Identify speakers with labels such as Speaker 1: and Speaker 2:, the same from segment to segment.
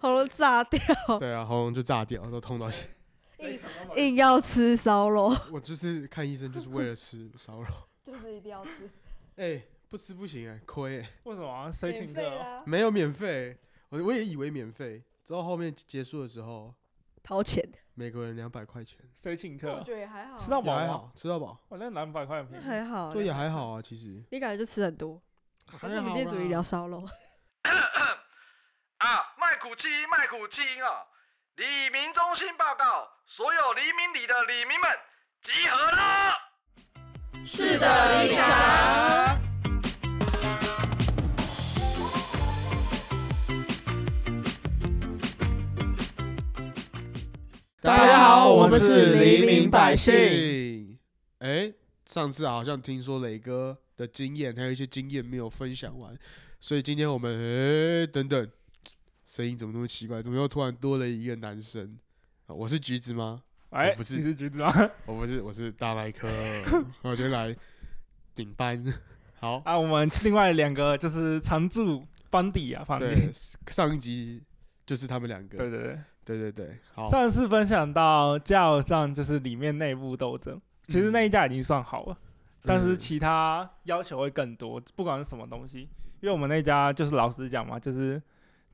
Speaker 1: 喉咙炸掉，
Speaker 2: 对啊，喉咙就炸掉，都痛到。
Speaker 1: 硬要吃烧肉，
Speaker 2: 我就是看医生，就是为了吃烧肉。
Speaker 1: 就是一定要吃，
Speaker 2: 哎、不吃不行哎、亏、欸，
Speaker 3: 为什么啊？谁请
Speaker 1: 免费
Speaker 3: 客？
Speaker 1: 啦，
Speaker 2: 没有免费、我我也以为免费，直到后面结束的时候，
Speaker 1: 掏钱。
Speaker 2: 每个人两百块钱，
Speaker 3: 谁请客？
Speaker 1: 觉得也还好嗯
Speaker 3: 吃到
Speaker 2: 也
Speaker 3: 饱
Speaker 2: 还
Speaker 3: 吗？
Speaker 2: 好，吃到饱，
Speaker 3: 我那两百块很便宜。
Speaker 1: 还好，
Speaker 2: 对，也还好啊，其实。
Speaker 1: 你感觉就吃很多。
Speaker 2: 还
Speaker 1: 但是我们今天主题聊烧肉，
Speaker 4: 啊，麦苦基因，麦苦基因啊！李明中心报告，所有黎明里的李明们集合了。
Speaker 5: 是的，理
Speaker 1: 啊
Speaker 5: 查。
Speaker 2: 大
Speaker 3: 家好我们是黎
Speaker 1: 明百
Speaker 3: 姓。
Speaker 2: 哎、上次好像听说磊哥的经验，还有一些经验没有分享完，所以今天我们哎、等等，声音怎么那么奇怪？怎么又突然多了一个男生？啊我是橘子吗？
Speaker 3: 哎，
Speaker 2: 我不是
Speaker 3: 你是橘子吗？
Speaker 2: 我不是，我是大麦 克，我就来顶班。好，
Speaker 3: 啊，我们另外两个就是常驻班底啊，班
Speaker 2: 对
Speaker 3: 底。，
Speaker 2: 上一集就是他们两个，
Speaker 3: 对对对。
Speaker 2: 对对对，好，
Speaker 3: 上次分享到加油站就是里面内部斗争，其实那一家已经算好了，但是
Speaker 2: 嗯
Speaker 3: 其他要求会更多，不管是什么东西，因为我们那家就是老实讲嘛，就是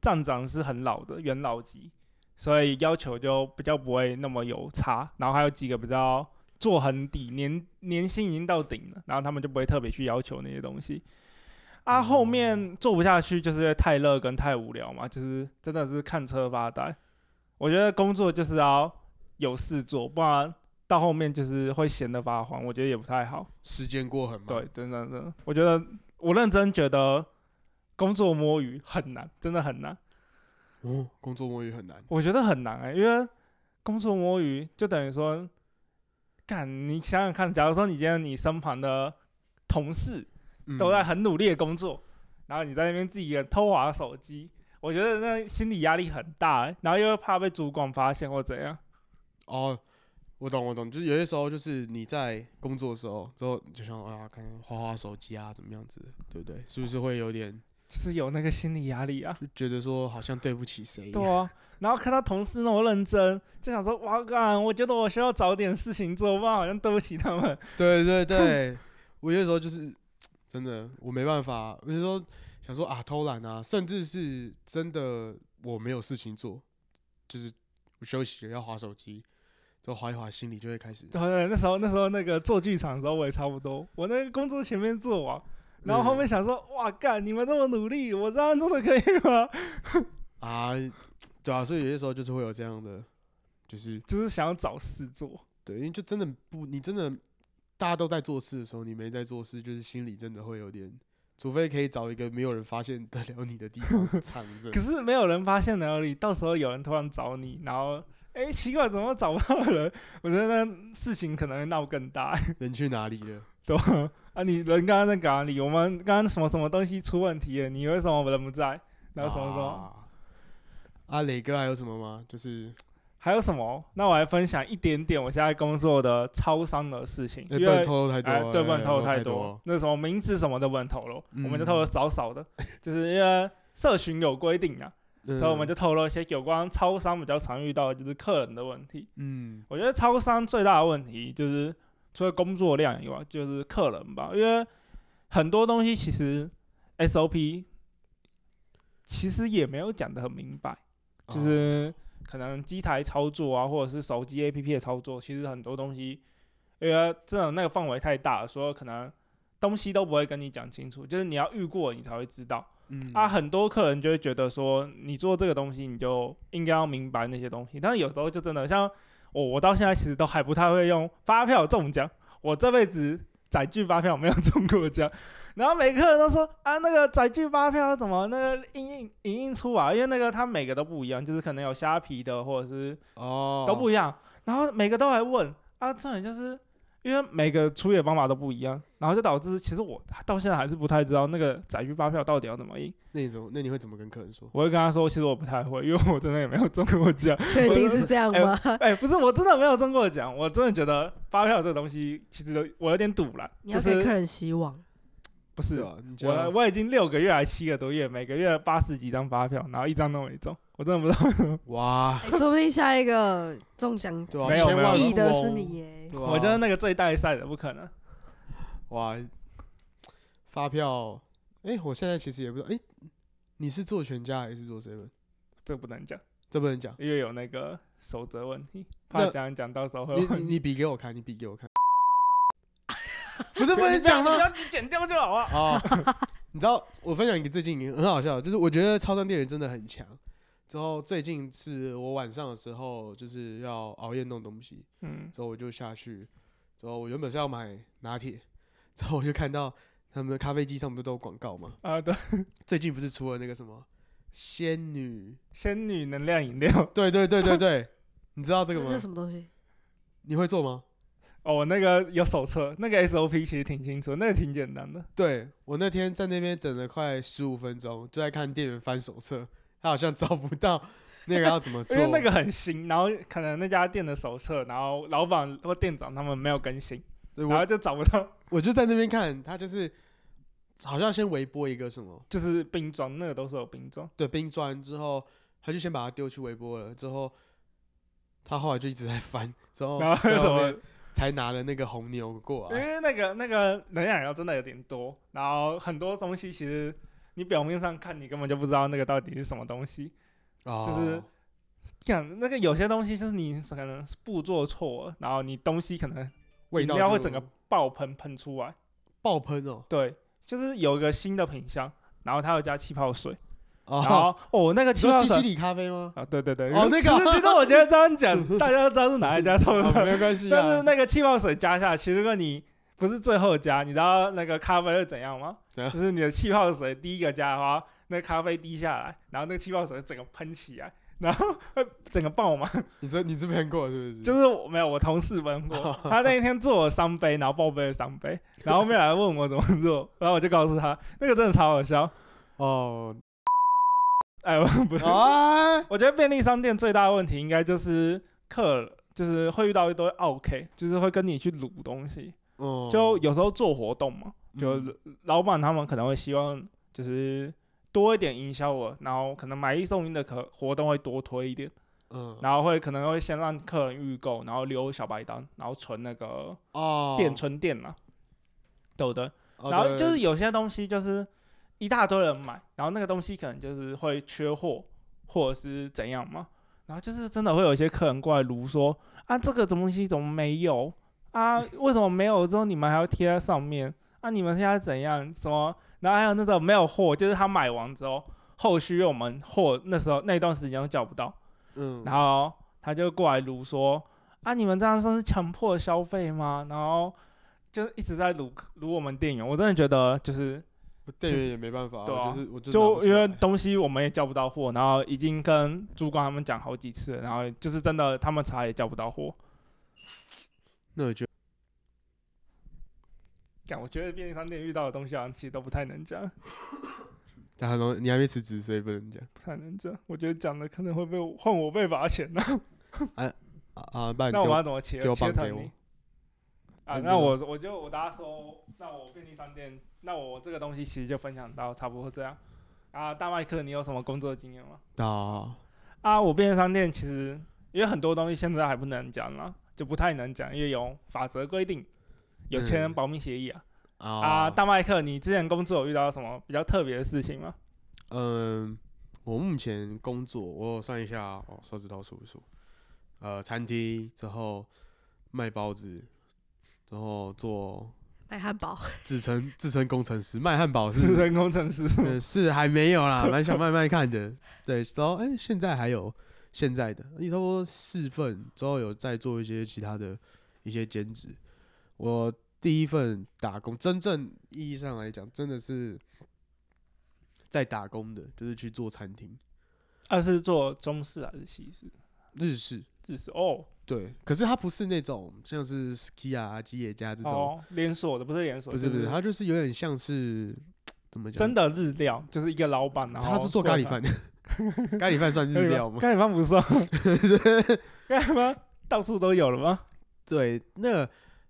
Speaker 3: 站长是很老的元老级，所以要求就比较不会那么有差，然后还有几个比较做很底年年薪已经到顶了，然后他们就不会特别去要求那些东西。啊，后面做不下去就是因为太热跟太无聊嘛，就是真的是看车发呆。我觉得工作就是要有事做，不然到后面就是会闲得发慌，我觉得也不太好。
Speaker 2: 时间过很慢，
Speaker 3: 对，真的真的，我觉得我认真觉得工作摸鱼很难，真的很难。
Speaker 2: 哦，工作摸鱼很难，
Speaker 3: 我觉得很难哎、因为工作摸鱼就等于说，干你想想看，假如说你今天你身旁的同事
Speaker 2: 嗯
Speaker 3: 都在很努力的工作，然后你在那边自己一个人偷滑手机，我觉得那心理压力很大、欸，然后又怕被主管发现或怎样。
Speaker 2: 哦，我懂我懂，就是有些时候就是你在工作的时候，之后你就想啊，看花花手机啊，怎么样子，对不对？是不是会有点
Speaker 3: 就是有那个心理压力啊，
Speaker 2: 就觉得说好像对不起谁一
Speaker 3: 对
Speaker 2: 样？
Speaker 3: 啊， 然后看到同事那么认真，就想说，哇干，我觉得我需要找点事情做，不然好像对不起他们。
Speaker 2: 对对对，我有些时候就是真的我没办法，有些时候想说啊偷懒啊，甚至是真的我没有事情做，就是我休息了要划手机，之后划一划，心里就会开始
Speaker 3: 对对，那时候那时候那个做剧场的时候，我也差不多，我那个工作前面做完，然后后面想说，哇干，你们这么努力，我这样真的可以吗？
Speaker 2: 啊，对啊，所以有些时候就是会有这样的，就是
Speaker 3: 就是想要找事做。
Speaker 2: 对，因为就真的不，你真的大家都在做事的时候，你没在做事，就是心里真的会有点，除非可以找一个没有人发现得了你的地方藏着
Speaker 3: 可。是没有人发现哪里，到时候有人突然找你，然后。哎，奇怪，怎么找不到人？ 我觉得那事情可能会闹更大，
Speaker 2: 人去哪里 了？
Speaker 3: 对吧？啊，你人刚刚在哪里？我们刚刚什么什么东西出问题了？你为什么人不在？然后什么什么？
Speaker 2: 啊？啊，磊哥还有什么吗？就是
Speaker 3: 还有什么？那我来分享一点点我现在工作的超商的事情，
Speaker 2: 哎不
Speaker 3: 因
Speaker 2: 能
Speaker 3: 为
Speaker 2: 透露太多
Speaker 3: 哎，
Speaker 2: 了，
Speaker 3: 对，
Speaker 2: 哎
Speaker 3: 不能透露太
Speaker 2: 多
Speaker 3: 多。。那什么名字什么都不能透露，
Speaker 2: 嗯
Speaker 3: 我们就透露少 少的，就是因为社群有规定啊，
Speaker 2: 嗯
Speaker 3: 所以我们就透露一些有关超商比较常遇到的就是客人的问题。
Speaker 2: 嗯，
Speaker 3: 我觉得超商最大的问题就是除了工作量以外，就是客人吧，因为很多东西其实 SOP 其实也没有讲得很明白。就
Speaker 2: 哦
Speaker 3: 是可能机台操作啊，或者是手机 APP 的操作，其实很多东西，因为这种那个范围太大了，所以可能东西都不会跟你讲清楚，就是你要遇过你才会知道。
Speaker 2: 嗯
Speaker 3: 啊，，很多客人就会觉得说，你做这个东西，你就应该要明白那些东西。但是有时候就真的像我，我到现在其实都还不太会用发票中奖，我这辈子载具发票没有中过奖。然后每个人都说啊，那个载具发票怎么那个印印影印出来？因为那个它每个都不一样，就是可能有虾皮的或者是
Speaker 2: 哦，
Speaker 3: 都不一样。然后每个都来问啊，重点就是因为每个处理的方法都不一样，然后就导致其实我到现在还是不太知道那个载具发票到底要怎么印。
Speaker 2: 那你怎么？那你会怎么跟客人说？
Speaker 3: 我会跟他说，其实我不太会， 因为我真的也没有中过奖。
Speaker 1: 确定是这样吗？
Speaker 3: 哎、不是，我真的没有中过奖，我真的觉得发票这个东西，其实都我有点赌了，
Speaker 1: 你
Speaker 3: 就
Speaker 1: 要给客
Speaker 3: 是
Speaker 1: 人希望，
Speaker 3: 不是
Speaker 2: 对，啊，你家
Speaker 3: 我我已经六个月还七个多月，每个月八十几张发票，然后一张都没中，我真的不知道为什么。
Speaker 2: 哇，
Speaker 1: 哎说不定下一个中奖
Speaker 2: 对啊，
Speaker 3: 没有
Speaker 2: 千万
Speaker 3: 没有
Speaker 1: 亿的
Speaker 2: 富
Speaker 1: 是
Speaker 2: 翁
Speaker 1: 你耶，
Speaker 2: 对啊
Speaker 3: 我就是那个最带赛的，不可能。
Speaker 2: 哇，发票，哎、我现在其实也不知道，哎、你是做全家还是做 seven？
Speaker 3: 这不能讲，
Speaker 2: 这不能 讲，
Speaker 3: 因为有那个守则问题，
Speaker 2: 那
Speaker 3: 怕讲一讲到时候会
Speaker 2: 你你你比给我看，你比给我看，不是不能讲
Speaker 3: 不
Speaker 2: 吗？
Speaker 3: 要你剪掉就好啊。
Speaker 2: 哦， 你知道我分享一个最近很好笑的，就是我觉得超商店员真的很强。之后最近是我晚上的时候，就是要熬夜弄东西，
Speaker 3: 嗯，
Speaker 2: 之后我就下去，之后我原本是要买拿铁，之后我就看到他们的咖啡机上不是都有广告吗？
Speaker 3: 啊，对，
Speaker 2: 最近不是出了那个什么仙女？
Speaker 3: 仙女能量饮料。
Speaker 2: 对对对对对，你知道这个
Speaker 1: 那
Speaker 2: 吗
Speaker 1: 是？什么东西？
Speaker 2: 你会做吗？
Speaker 3: 哦，那个有手册，那个 SOP 其实挺清楚，那个挺简单的。
Speaker 2: 对我那天在那边等了快十五分钟，就在看店员翻手册，他好像找不到那个要怎么做。
Speaker 3: 因为那个很新，然后可能那家店的手册，然后老板或店长他们没有更新，
Speaker 2: 对
Speaker 3: 然后
Speaker 2: 我
Speaker 3: 就找不到，
Speaker 2: 我就在那边看，他就是好像先微波一个什么，
Speaker 3: 就是冰装，那个都是有冰装。
Speaker 2: 对冰砖之后，他就先把它丢去微波了，之后他后来就一直在翻，之后
Speaker 3: 然后
Speaker 2: 在哦
Speaker 3: 什
Speaker 2: 后
Speaker 3: 么
Speaker 2: 面？才拿了那个红牛过
Speaker 3: 因
Speaker 2: 来。
Speaker 3: 为那个那个能量饮料真的有点多，然后很多东西其实你表面上看你根本就不知道那个到底是什么东西。
Speaker 2: 哦
Speaker 3: 就是看那个有些东西就是你可能是步骤错了，然后你东西可能
Speaker 2: 味
Speaker 3: 饮
Speaker 2: 道
Speaker 3: 料会
Speaker 2: 就
Speaker 3: 整个爆喷喷出来。
Speaker 2: 爆喷哦，
Speaker 3: 对，就是有一个新的品相，然后它有加气泡水，然
Speaker 2: 哦，
Speaker 3: 后哦那个
Speaker 2: 你
Speaker 3: 气
Speaker 2: 说
Speaker 3: 泡
Speaker 2: 西西
Speaker 3: 水。
Speaker 2: 里咖啡 吗？
Speaker 3: 啊，对对对，
Speaker 2: 哦那个
Speaker 3: 其实 其实我觉得这样讲， 大家都知道是哪一家冲
Speaker 2: 哦
Speaker 3: 的，
Speaker 2: 没有关系啊，
Speaker 3: 但是那个气泡水加下去，如果你不是最后加，你知道那个咖啡会怎样吗？
Speaker 2: 怎样
Speaker 3: 就是你的气泡水第一个加的话，那咖啡滴下来，然后那个气泡水整个喷起来，然后会整个爆满。
Speaker 2: 你这你这边过是不是？
Speaker 3: 就是我没有我同事 闻过，他那一天做了三杯，然后报备了三杯，然后后面来问我怎么做，然后我就告诉他，那个真的超好笑。
Speaker 2: 哦，
Speaker 3: 哎，我不是，
Speaker 2: 啊，
Speaker 3: 我觉得便利商店最大的问题应该就是客，就是会遇到一堆 OK，就是会跟你去撸东西。
Speaker 2: 哦
Speaker 3: 就有时候做活动嘛，就
Speaker 2: 嗯
Speaker 3: 老板他们可能会希望就是多一点营销额，然后可能买一送一的可活动会多推一点，
Speaker 2: 嗯
Speaker 3: 然后会可能会先让客人预购，然后留小白单，然后存那个
Speaker 2: 哦
Speaker 3: 店存店嘛，对不对？
Speaker 2: 哦
Speaker 3: 然后
Speaker 2: 对
Speaker 3: 就是有些东西就是一大堆人买，然后那个东西可能就是会缺货或者是怎样嘛，然后就是真的会有一些客人过来撸说啊这个东西怎么没有 啊？为什么没有之后你们还要贴在上面啊？你们现在怎样什么？然后还有那种没有货，就是他买完之后，后续我们货那时候那段时间都叫不到，
Speaker 2: 嗯，
Speaker 3: 然后他就过来撸说：“啊，你们这样算是强迫消费吗？”然后就一直在撸撸我们店员，我真的觉得就是
Speaker 2: 店员也没办法，
Speaker 3: 对啊
Speaker 2: 我就是我就拿不
Speaker 3: 就
Speaker 2: 出
Speaker 3: 因为
Speaker 2: 来
Speaker 3: 东西我们也叫不到货，然后已经跟主管他们讲好几次了，然后就是真的他们查也叫不到货。
Speaker 2: 那我就
Speaker 3: 干，我觉得便利商店遇到的东西好像其实都不太能讲，
Speaker 2: 然后你还没辞职，所以不能讲
Speaker 3: 不太能讲。我觉得讲的可能会被我换我被罚钱呢、
Speaker 2: 啊啊，不然你
Speaker 3: 那
Speaker 2: 丢
Speaker 3: 我们要怎么切
Speaker 2: 丢
Speaker 3: 切
Speaker 2: 棒
Speaker 3: 成
Speaker 2: 给我
Speaker 3: 你？啊，
Speaker 2: 嗯
Speaker 3: 那我我就我大家说，那我便利商店，那我这个东西其实就分享到差不多这样。啊，大麦克，你有什么工作经验吗？
Speaker 2: 啊，
Speaker 3: 啊，我便利商店其实因为很多东西现在还不能讲啦，就不太能讲，因为有法则规定，有签
Speaker 2: 嗯
Speaker 3: 保密协议啊。啊，
Speaker 2: 啊，
Speaker 3: 大麦克，你之前工作有遇到什么比较特别的事情吗？
Speaker 2: 嗯，我目前工作，我算一下啊哦，手指头数一数，呃，餐厅之后卖包子，然后做
Speaker 1: 卖汉堡，
Speaker 2: 自称自称工程师，卖汉堡
Speaker 3: 是
Speaker 2: 是
Speaker 3: 人工程 师。
Speaker 2: 呃是还没有啦，蛮想卖卖看的，对，然后哎、现在还有现在的，你差不多四份之后有再做一些其他的一些兼职，我。第一份打工，真正意义上来讲，真的是在打工的，就是去做餐厅。
Speaker 3: 啊，是做中式还是西式？
Speaker 2: 日式，
Speaker 3: 日式哦
Speaker 2: 对，可是它不是那种像是 Ski 啊、吉野家这种，
Speaker 3: 哦，连锁的不是连锁，
Speaker 2: 不是不是，
Speaker 3: 就
Speaker 2: 它就是有点像是怎么讲？
Speaker 3: 真的日料，就是一个老板，然后
Speaker 2: 他是做咖喱饭，的， 咖喱饭算
Speaker 3: 对吧，啊
Speaker 2: 日料吗？
Speaker 3: 咖喱饭不 算，咖喱饭到处都有了吗？
Speaker 2: 对，那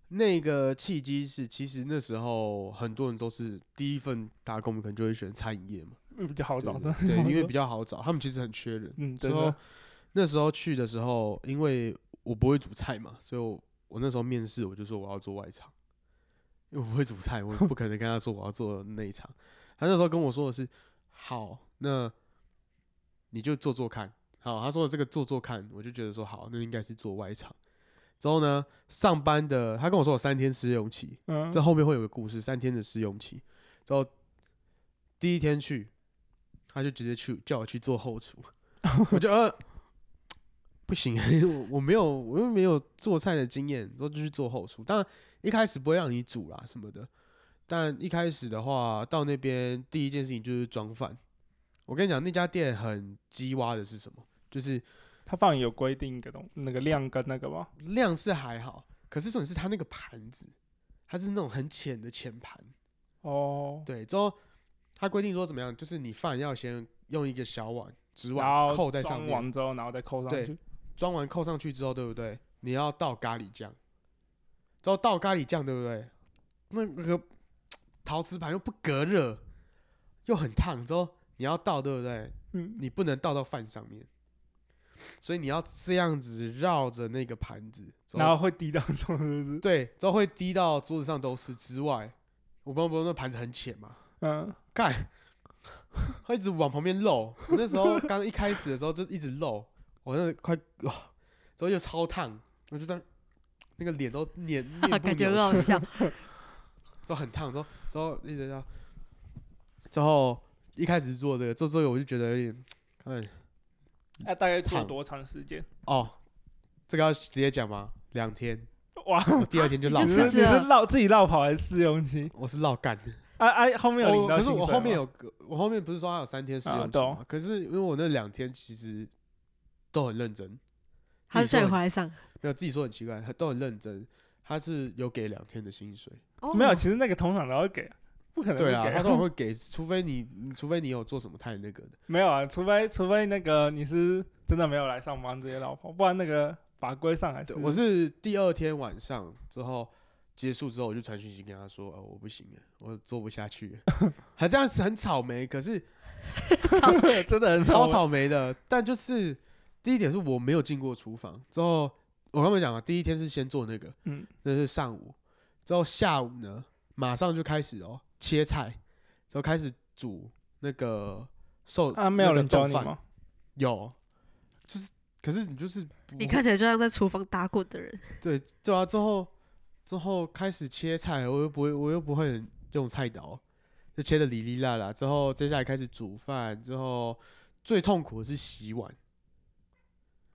Speaker 2: 那个契机是，其实那时候很多人都是第一份打工，可能就会选餐饮业嘛，
Speaker 3: 嗯比较好找的，
Speaker 2: 对，因为比较好找，他们其实很缺人。
Speaker 3: 嗯，真
Speaker 2: 然后
Speaker 3: 的，
Speaker 2: 那时候去的时候，因为我不会煮菜嘛，所以我我那时候面试我就说我要做外场，因为我不会煮菜，我不可能跟他说我要做内场。他那时候跟我说的是，好，那你就做做看。好，他说的这个做做看，我就觉得说好，那应该是做外场。之后呢，上班的他跟我说有三天试用期，
Speaker 3: 嗯
Speaker 2: 这，后面会有个故事，三天的试用期。之后第一天去，他就直接去叫我去做后厨，我就呃不行，啊 我我没有我又没有做菜的经验，之后就去做后厨。当然一开始不会让你煮啦什么的，但一开始的话，到那边第一件事情就是装饭。我跟你讲，那家店很鸡蛙的是什么？就是
Speaker 3: 他放有规定一个东那个量跟那个吧，
Speaker 2: 量是还好，可是重点是它那个盘子，它是那种很浅的浅盘。
Speaker 3: 哦，
Speaker 2: 对，之后他规定说怎么样，就是你饭要先用一个小碗纸
Speaker 3: 然
Speaker 2: 碗
Speaker 3: 后
Speaker 2: 扣在上
Speaker 3: 装
Speaker 2: 面，
Speaker 3: 完之后，然后再扣上
Speaker 2: 对
Speaker 3: 去，
Speaker 2: 装完扣上去之后，对不对？你要倒咖喱酱，之后倒咖喱酱，对不对？那那个陶瓷盘又不隔热，又很烫，之后你要倒，对不对？
Speaker 3: 嗯，
Speaker 2: 你不能倒到饭上面，所以你要这样子绕着那个盘子，之
Speaker 3: 然后会滴到中，是不是？
Speaker 2: 对，之后会滴到桌子上都是。之外，我刚刚不是说那盘子很浅嘛，
Speaker 3: 嗯，
Speaker 2: 干， 他一直往旁边漏。我那时候 刚一开始的时候就一直漏，我那快哇，之后又超烫，我就在那个脸都黏面 部
Speaker 1: 感觉很
Speaker 2: 扭
Speaker 1: 好
Speaker 2: 曲，
Speaker 1: 笑。
Speaker 2: 都很烫。之后之后一直这样，之后一开始做这个做这个，我就觉得有点，哎
Speaker 3: 那大概做
Speaker 2: 烫
Speaker 3: 多长时间？
Speaker 2: 哦，这个要直接讲吗？两天，
Speaker 3: 哇，
Speaker 2: 我第二天 就落
Speaker 1: 就
Speaker 3: 你
Speaker 1: 是
Speaker 2: 干
Speaker 1: 辞
Speaker 2: 了，
Speaker 3: 是你是
Speaker 1: 了
Speaker 3: 绕自己绕跑还是试用期？
Speaker 2: 我是落干的。
Speaker 3: 啊啊，后面有
Speaker 2: 哦
Speaker 3: 领到
Speaker 2: 可
Speaker 3: 薪
Speaker 2: 是
Speaker 3: 水吗？
Speaker 2: 我后面有个，我后面不是说还有三天试
Speaker 3: 啊
Speaker 2: 用期
Speaker 3: 懂
Speaker 2: 吗？可是因为我那两天其实都很认真，
Speaker 1: 他
Speaker 2: 自
Speaker 1: 是
Speaker 2: 己说
Speaker 1: 在
Speaker 2: 很
Speaker 1: 怀上，
Speaker 2: 没有自己说很奇怪，他都很认真，他是有给两天的薪水，
Speaker 1: 哦
Speaker 3: 没有，其实那个通常都要给啊，不可能
Speaker 2: 对
Speaker 3: 不
Speaker 2: 啦，
Speaker 3: 给
Speaker 2: 他
Speaker 3: 啊。
Speaker 2: 都很会给，除非你，除非你有做什么太那个的，
Speaker 3: 没有啊，除非除非那个你是真的没有来上班直接老婆，不然那个法规上还是
Speaker 2: 对，我是第二天晚上之后结束之后，我就传讯息跟他说，哦，我不行了，我做不下去了， 还这样子很草莓，可是
Speaker 3: 真的很
Speaker 2: 超
Speaker 3: 吵。
Speaker 2: 草莓的，但就是第一点是我没有进过厨房，之后我刚才讲了，啊第一天是先做那个，
Speaker 3: 嗯，
Speaker 2: 那是上午，之后下午呢，马上就开始哦切菜，之后开始煮那个寿
Speaker 3: 啊，没有
Speaker 2: 那个
Speaker 3: 人教
Speaker 2: 冻
Speaker 3: 你
Speaker 2: 饭，
Speaker 3: 吗？
Speaker 2: 有，就是可是你就是不
Speaker 1: 你看起来就像在厨房打滚的人，
Speaker 2: 对对啊，之后之后开始切菜，我又不会我又不会很用菜刀，就切的哩哩啦啦。之后接下来开始煮饭，之后最痛苦的是洗碗。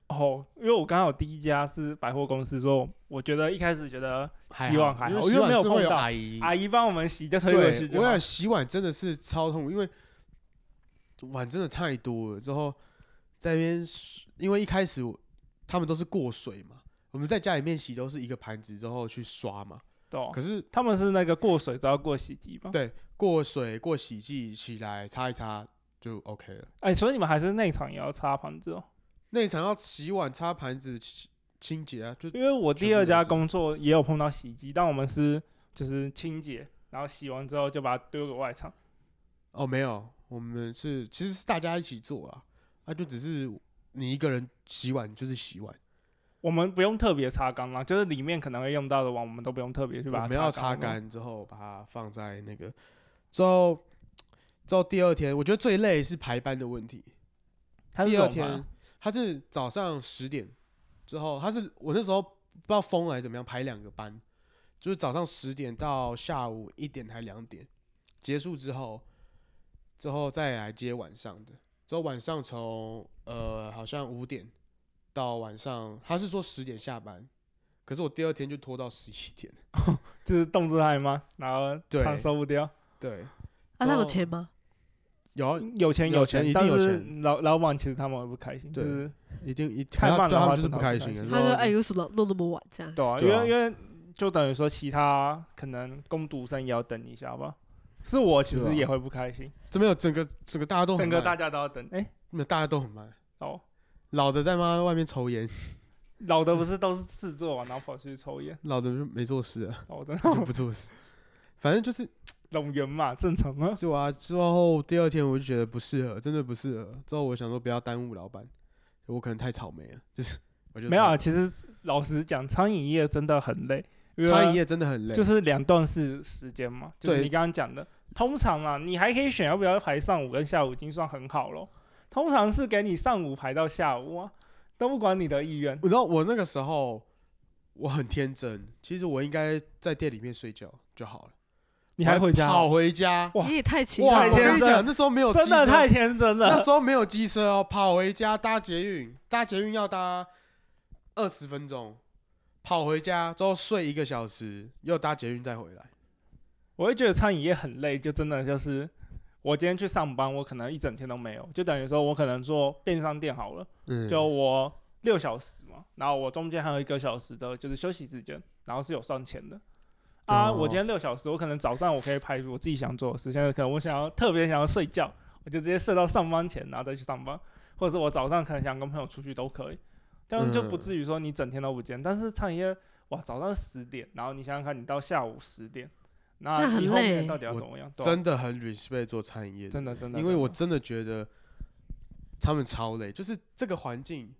Speaker 3: 哦，因为我刚好第一家是百货公司，说我觉得一开始觉得洗碗还
Speaker 2: 因
Speaker 3: 好，
Speaker 2: 为
Speaker 3: 因
Speaker 2: 洗
Speaker 3: 为没
Speaker 2: 碗
Speaker 3: 有
Speaker 2: 是会
Speaker 3: 碰
Speaker 2: 有
Speaker 3: 到
Speaker 2: 阿姨
Speaker 3: 阿姨帮我们洗，就推回去
Speaker 2: 对，
Speaker 3: 就
Speaker 2: 我
Speaker 3: 好
Speaker 2: 想。洗碗真的是超痛苦，因为碗真的太多了。之后在那边水，因为一开始我他们都是过水嘛，我们在家里面洗都是一个盘子之后去刷嘛。
Speaker 3: 对哦
Speaker 2: 可是
Speaker 3: 他们是那个过水都要过洗机吧？
Speaker 2: 对过水过洗剂起来擦一擦就 OK 了。
Speaker 3: 哎，所以你们还是内场也要擦盘子哦。
Speaker 2: 内场要洗碗、擦盘子、清清洁啊，就
Speaker 3: 因为我
Speaker 2: 全
Speaker 3: 第
Speaker 2: 部
Speaker 3: 二
Speaker 2: 都
Speaker 3: 家
Speaker 2: 是
Speaker 3: 工作也有碰到洗衣机，但我们是就是清洁，然后洗完之后就把它丢给外场。
Speaker 2: 哦没有，我们是其实是大家一起做啊，那、就只是你一个人洗碗就是洗碗。
Speaker 3: 我们不用特别擦干啦，就是里面可能会用到的碗，我们都不用特别去把
Speaker 2: 我
Speaker 3: 它
Speaker 2: 们要擦
Speaker 3: 擦。
Speaker 2: 干之后，把它放在那个之后，之后第二天，我觉得最累是排班的问题。
Speaker 3: 它是
Speaker 2: 第二
Speaker 3: 这种吗
Speaker 2: 天，他是早上十点之后，他是我那时候不知道疯了还是怎么样，排两个班，就是早上十点到下午一点还两点，结束之后，之后再来接晚上的。之后晚上从呃好像五点到晚上，他是说十点下班，可是我第二天就拖到十一点。
Speaker 3: 就是动作害吗？然后
Speaker 2: 对
Speaker 3: 常收不掉。
Speaker 2: 对，
Speaker 1: 啊，他有钱吗？
Speaker 2: 有啊
Speaker 3: 有钱
Speaker 2: 有钱
Speaker 3: 钱
Speaker 2: 一，定
Speaker 3: 但
Speaker 2: 有
Speaker 3: 是
Speaker 2: 钱
Speaker 3: 老老板其实他们不开心，就
Speaker 2: 对
Speaker 3: 是
Speaker 2: 一定一
Speaker 3: 太慢
Speaker 2: 对
Speaker 3: 的
Speaker 2: 他
Speaker 3: 话
Speaker 2: 们就是
Speaker 3: 真
Speaker 2: 不
Speaker 3: 的会
Speaker 2: 开
Speaker 3: 不
Speaker 2: 心
Speaker 3: 开
Speaker 2: 啊。
Speaker 3: 心
Speaker 1: 他说：“哎，
Speaker 2: 说
Speaker 1: 有什么弄那么晚这样
Speaker 3: 对啊，因
Speaker 2: 对啊
Speaker 3: 为因为就等于说其他可能工读生也要等一下吧。是我其
Speaker 2: 对啊
Speaker 3: 实也会不开心，
Speaker 2: 这边有整个整个大家都很
Speaker 3: 整个大
Speaker 2: 慢，
Speaker 3: 家都要等。哎、
Speaker 2: 没有大家都很慢，
Speaker 3: 哦，
Speaker 2: 老的在妈外面抽烟，
Speaker 3: 老的不是都是事做完然后跑去抽烟， 哦
Speaker 2: 老的就没做事啊，
Speaker 3: 老的
Speaker 2: 就不做事。反正就是
Speaker 3: 拢圆嘛，正常啊。
Speaker 2: 做啊，之后第二天我就觉得不适合，真的不适合。之后我想说不要耽误老板，我可能太草莓了，就是我就
Speaker 3: 没有
Speaker 2: 说
Speaker 3: 啊，其实老实讲，餐饮业真的很累，因为
Speaker 2: 餐饮业真的很累，
Speaker 3: 就是两段式时间嘛，就是
Speaker 2: 对
Speaker 3: 你刚刚讲的。通常啊，你还可以选要不要排上午跟下午，已经算很好咯。通常是给你上午排到下午啊，都不管你的意愿。
Speaker 2: 你知道我那个时候我很天真，其实我应该在店里面睡觉就好了。
Speaker 3: 你
Speaker 2: 我
Speaker 3: 还回家
Speaker 2: 跑
Speaker 3: 哦？
Speaker 2: 回家？
Speaker 3: 哇
Speaker 1: 你也太勤
Speaker 2: 哇！
Speaker 1: 劳
Speaker 3: 太
Speaker 2: 我跟
Speaker 3: 天啊
Speaker 1: 了
Speaker 2: 你
Speaker 3: 真
Speaker 2: 讲，那时候没有
Speaker 3: 真
Speaker 2: 机车
Speaker 3: 的太天真
Speaker 2: 那
Speaker 3: 了。
Speaker 2: 时候没有机车哦，跑回家搭捷运，搭捷运要搭二十分钟，跑回家之后睡一个小时，又搭捷运再回来。
Speaker 3: 我会觉得餐饮业很累，就真的就是我今天去上班，我可能一整天都没有，就等于说我可能做便利商店好了。
Speaker 2: 嗯
Speaker 3: 就我六小时嘛，然后我中间还有一个小时的就是休息时间，然后是有算钱的。啊，
Speaker 2: 哦
Speaker 3: 我今天六小时，我可能早上我可以排我自己想做的事，现在可能我想要特别想要睡觉，我就直接睡到上班前，然后再去上班，或者是我早上可能想跟朋友出去都可以，这样就不
Speaker 2: 嗯
Speaker 3: 至于说你整天都不见。但是餐饮业哇，早上十点，然后你想想看，你到下午十点，
Speaker 1: 这样
Speaker 3: 那
Speaker 1: 很
Speaker 3: 你后面
Speaker 1: 累
Speaker 3: 到底要
Speaker 2: 我
Speaker 3: 怎么样？对啊
Speaker 2: 真的很 respect 做餐饮业的
Speaker 3: 真的真的，
Speaker 2: 因为我
Speaker 3: 真
Speaker 2: 真的
Speaker 3: 的
Speaker 2: 觉得他们超累，就是这个环境。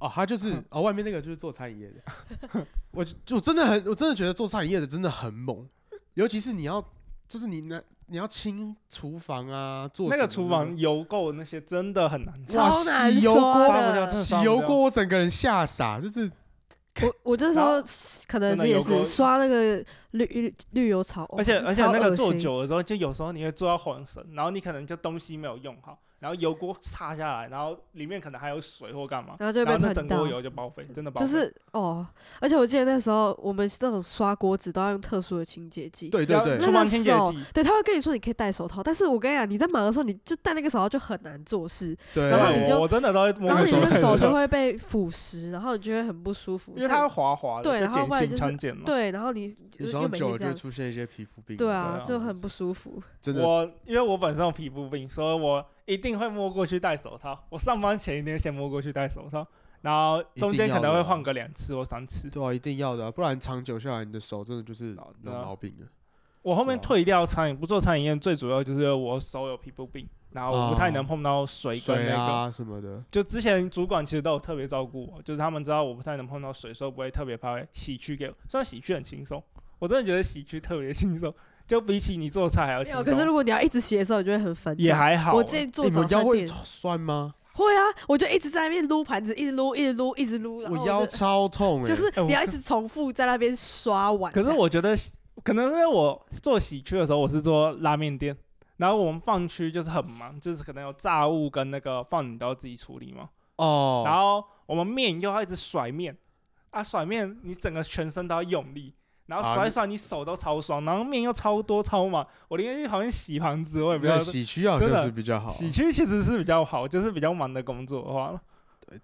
Speaker 2: 哦，他就是 哦，外面那个就是做餐饮业的， 我就就真的很，我真的觉得做餐饮业的真的很猛，尤其是你要，就是你那你要清厨房啊，做
Speaker 3: 那个
Speaker 2: 什
Speaker 3: 厨
Speaker 2: 么
Speaker 3: 房油垢那些真的很难
Speaker 1: 超难
Speaker 2: 洗油锅
Speaker 1: 刷
Speaker 3: 刷不掉
Speaker 1: 的。
Speaker 3: 特
Speaker 2: 洗油锅，我整个人吓傻，就是
Speaker 1: 我我那时
Speaker 3: 然
Speaker 1: 候
Speaker 3: 后
Speaker 1: 可
Speaker 3: 真
Speaker 1: 能
Speaker 3: 的
Speaker 1: 是也
Speaker 3: 有过
Speaker 1: 是刷那个绿绿绿油草，哦
Speaker 3: 而且而且那
Speaker 1: 超
Speaker 3: 个
Speaker 1: 恶
Speaker 3: 做
Speaker 1: 心
Speaker 3: 久了之后，就有时候你会做到晃神，然后你可能就东西没有用好，然后油锅擦下来，然后里面可能还有水或干嘛，
Speaker 1: 然后就
Speaker 3: 然
Speaker 1: 被
Speaker 3: 后那
Speaker 1: 喷
Speaker 3: 整
Speaker 1: 到
Speaker 3: 锅，油就报废，真的报
Speaker 1: 就
Speaker 3: 废。
Speaker 1: 是哦。而且我记得那时候我们这种刷锅子都要用特殊的清洁剂，
Speaker 2: 对对
Speaker 3: 要
Speaker 2: 对，
Speaker 3: 厨房清洁
Speaker 1: 那个
Speaker 3: 剂，
Speaker 1: 对，他会跟你说你可以戴手套，但是我跟你讲，你在忙的时候，你就戴那个手套就很难做事，
Speaker 2: 对，
Speaker 1: 然后你就
Speaker 3: 我真的都会摸
Speaker 1: 然后你
Speaker 2: 那个
Speaker 1: 的
Speaker 2: 手
Speaker 1: 手
Speaker 2: 套
Speaker 1: 就会被腐蚀，然后你就会很不舒服。
Speaker 3: 因为
Speaker 1: 像
Speaker 3: 它滑滑的，
Speaker 1: 对
Speaker 3: 就
Speaker 1: 然后
Speaker 3: 碱
Speaker 1: 不然
Speaker 3: 性
Speaker 1: 就是
Speaker 3: 强碱嘛。
Speaker 1: 对，然后你又
Speaker 2: 有时候
Speaker 1: 又每
Speaker 2: 久
Speaker 1: 天
Speaker 2: 了
Speaker 1: 这
Speaker 2: 就会
Speaker 1: 样，
Speaker 2: 出现一些皮肤病，
Speaker 1: 对
Speaker 3: 对
Speaker 1: 啊
Speaker 3: 啊，
Speaker 1: 就很不舒服。
Speaker 2: 真的，
Speaker 3: 我因为我本身有皮肤病，所以我一定会摸过去戴手套。我上班前一定先摸过去戴手套，然后中
Speaker 2: 一定
Speaker 3: 间
Speaker 2: 要
Speaker 3: 可能
Speaker 2: 的
Speaker 3: 会
Speaker 2: 啊
Speaker 3: 换个两次或三次。
Speaker 2: 对啊，一定要的啊，不然长久下来你的手真的就是
Speaker 3: 老
Speaker 2: 有
Speaker 3: 对啊
Speaker 2: 毛病了。
Speaker 3: 我后面
Speaker 2: 哇
Speaker 3: 退掉餐饮，不做餐饮业，最主要就是我手有皮肤病，然后我不太能碰到水跟
Speaker 2: 哦水
Speaker 3: 那个。
Speaker 2: 啊什么的，
Speaker 3: 就之前主管其实都有特别照顾我，就是他们知道我不太能碰到水，所以不会特别拍洗区给我。虽然洗区很轻松，我真的觉得洗区特别轻松，就比起你做菜还要
Speaker 1: 没
Speaker 3: 轻
Speaker 1: 有，
Speaker 3: 松。
Speaker 1: 可是如果你要一直洗的时候，你就会很烦
Speaker 3: 也
Speaker 1: 躁。
Speaker 3: 还好欸、
Speaker 1: 我之前做
Speaker 2: 哎你
Speaker 1: 早
Speaker 2: 们腰
Speaker 1: 餐
Speaker 2: 会
Speaker 1: 店
Speaker 2: 酸吗？
Speaker 1: 会啊，我就一直在那边撸盘子，一直撸，一直撸，一直撸，然后
Speaker 2: 我
Speaker 1: 就
Speaker 2: 腰超痛哎、
Speaker 1: 就是
Speaker 3: 哎我
Speaker 1: 你要一直重复在那边刷碗。啊
Speaker 3: 可是我觉得可能因为我做洗区的时候，我是做拉面店，然后我们放区就是很忙，就是可能有炸物跟那个放你都要自己处理嘛。
Speaker 2: 哦，
Speaker 3: 然后我们面又要一直甩面，啊，甩面你整个全身都要用力，然后
Speaker 2: 啊
Speaker 3: 甩
Speaker 2: 你
Speaker 3: 一甩你手都超酸，然后面又超多超满，我宁愿去好像洗盘子，我也不要
Speaker 2: 那洗区好
Speaker 3: 真的
Speaker 2: 像是比较好啊。
Speaker 3: 洗区其实是比较好，就是比较忙的工作的话，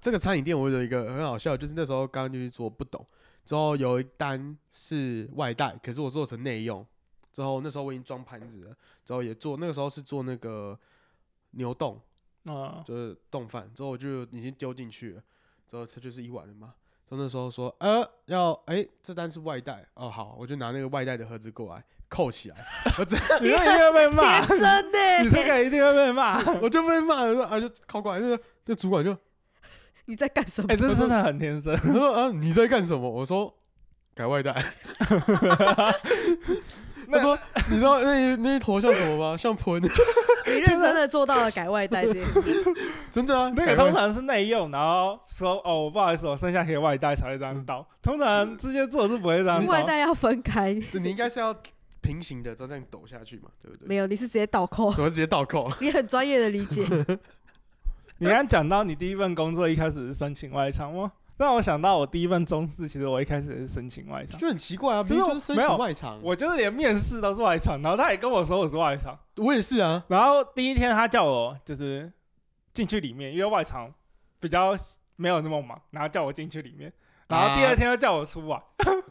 Speaker 2: 这个餐饮店我有一个很好笑，就是那时候刚刚进去做不懂，之后有一单是外带，可是我做成内用。之后那时候我已经装盘子了，之后也做那个时候是做那个牛冻，
Speaker 3: 嗯，
Speaker 2: 就是冻饭，之后我就已经丢进去了，之后它就是一碗了嘛。之后那时候说，呃，要哎、这单是外带哦，好，我就拿那个外带的盒子过来扣起来，我这
Speaker 3: 你这个一定会被骂，
Speaker 1: 天真 欸
Speaker 3: 你
Speaker 1: 呢，
Speaker 3: 这个一定会被骂，
Speaker 2: 我就被骂了，啊就靠过来，那个那主管就
Speaker 1: 你在干什么
Speaker 3: 哎，？这真的很天真，
Speaker 2: 他说啊你在干什么？我说改外 带。他说你知道那一那一坨像什么吗？像盆，
Speaker 1: 你认真的做到了改外带这件事，
Speaker 2: 真的啊，
Speaker 3: 那
Speaker 2: 改
Speaker 3: 个
Speaker 2: 外
Speaker 3: 通常是内用，然后说哦，不好意思，我剩下可以外带才会这样倒，通常直接做是不会这样
Speaker 1: 外
Speaker 3: 倒，
Speaker 1: 带要分开。
Speaker 2: 你应该是要平行的，这样抖下去嘛，对不
Speaker 1: 没
Speaker 2: 对？
Speaker 1: 有，你是直接倒扣，
Speaker 2: 我就直接倒扣了。
Speaker 1: 你很专业的理解。
Speaker 3: 你刚刚讲到你第一份工作一开始是申请外场吗？让我想到我第一份中式，其实我一开始也是申请外场，
Speaker 2: 就很奇怪啊，
Speaker 3: 就是
Speaker 2: 明明就是申
Speaker 3: 没有
Speaker 2: 请外场，啊
Speaker 3: 我就是连面试都是外场，然后他也跟我说我是外场，
Speaker 2: 我也是啊，
Speaker 3: 然后第一天他叫我就是进去里面，因为外场比较没有那么忙，然后叫我进去里面，然后第二天又叫我出来，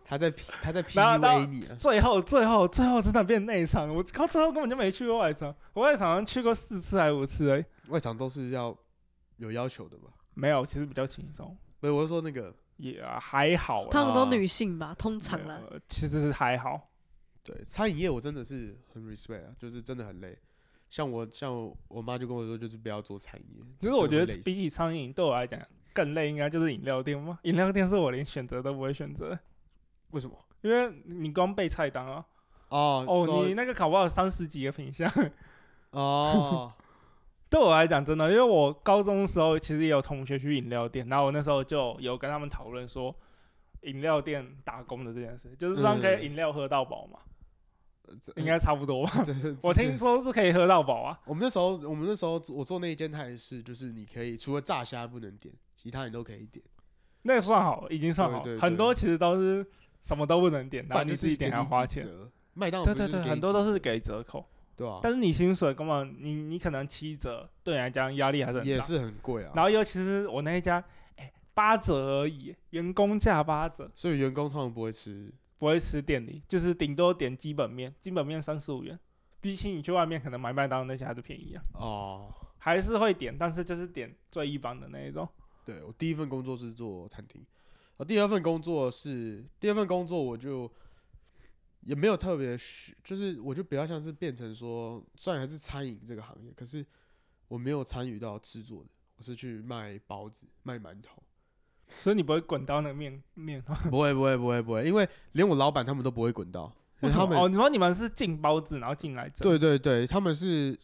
Speaker 2: 他在 P- 他在
Speaker 3: 然后然后
Speaker 2: PUA 你啊，
Speaker 3: 最后最后最后真的变内场，我靠，最后根本就没去过外场，我外场好像去过四次还五次而已，
Speaker 2: 外场都是要有要求的吧？
Speaker 3: 没有，其实比较轻松，
Speaker 2: 不是，我是说那个，
Speaker 3: 也还好啦。
Speaker 1: 他啊们都女性吧，通常啦。
Speaker 3: 呃其实是还好。
Speaker 2: 对，餐饮业我真的是很 respect 啊，就是真的很累。像我，像我我妈就跟我说，就是不要做餐饮业。
Speaker 3: 其实我
Speaker 2: 真
Speaker 3: 觉
Speaker 2: 的
Speaker 3: 得
Speaker 2: 会累
Speaker 3: 比
Speaker 2: 死
Speaker 3: 起餐饮对我来讲更累，应该就是饮料店嘛。饮料店是我连选择都不会选择，
Speaker 2: 为什么？
Speaker 3: 因为你光背菜单啊，
Speaker 2: 哦
Speaker 3: 哦，
Speaker 2: 说
Speaker 3: 你那个考不好三十几个品项。
Speaker 2: 哦，
Speaker 3: 对我来讲，真的，因为我高中的时候其实也有同学去饮料店，然后我那时候就有跟他们讨论说，饮料店打工的这件事，就是算可以饮料喝到饱嘛，
Speaker 2: 嗯呃这
Speaker 3: 应该差不多吧。
Speaker 2: 这这
Speaker 3: 我听说是可以喝到饱啊，
Speaker 2: 我们那时候，我们那时候我做那一间泰式，就是你可以除了炸虾不能点，其他你都可以点，
Speaker 3: 那个算好，已经算好。
Speaker 2: 对对
Speaker 3: 很多其实都是什么都不能点，然后
Speaker 2: 不然就
Speaker 3: 自己点
Speaker 2: 给
Speaker 3: 还要
Speaker 2: 你
Speaker 3: 花
Speaker 2: 几
Speaker 3: 钱。
Speaker 2: 折。麦当劳哦
Speaker 3: 对
Speaker 2: 不
Speaker 3: 对
Speaker 2: 是
Speaker 3: 对，
Speaker 2: 给
Speaker 3: 很
Speaker 2: 你
Speaker 3: 多
Speaker 2: 几
Speaker 3: 都是
Speaker 2: 折
Speaker 3: 给折扣，
Speaker 2: 对啊，
Speaker 3: 但是你薪水根本你你可能七折，对你来讲压力还是很大。
Speaker 2: 也是很贵
Speaker 3: 然
Speaker 2: 啊。
Speaker 3: 后尤其是我那一家，哎、八折而已，员工价八折，
Speaker 2: 所以员工通常不会吃，
Speaker 3: 不会吃店里，就是顶多点基本面，基本面三十五元，比起你去外面可能买麦当劳那些还是便宜啊，
Speaker 2: 哦。
Speaker 3: 还是会点，但是就是点最一般的那一种。
Speaker 2: 对我第一份工作是做餐厅，啊，第二份工作是第二份工作我就也没有特别需，就是我就比较像是变成说，虽然还是餐饮这个行业，可是我没有参与到制作的，我是去卖包子、卖馒头。
Speaker 3: 所以你不会滚到那个面面哦吗？
Speaker 2: 不会不会不会不会，因为连我老板他们都不会滚到，因为他们、
Speaker 3: 哦，你说你们是进包子然后进来蒸，
Speaker 2: 对对对，他们是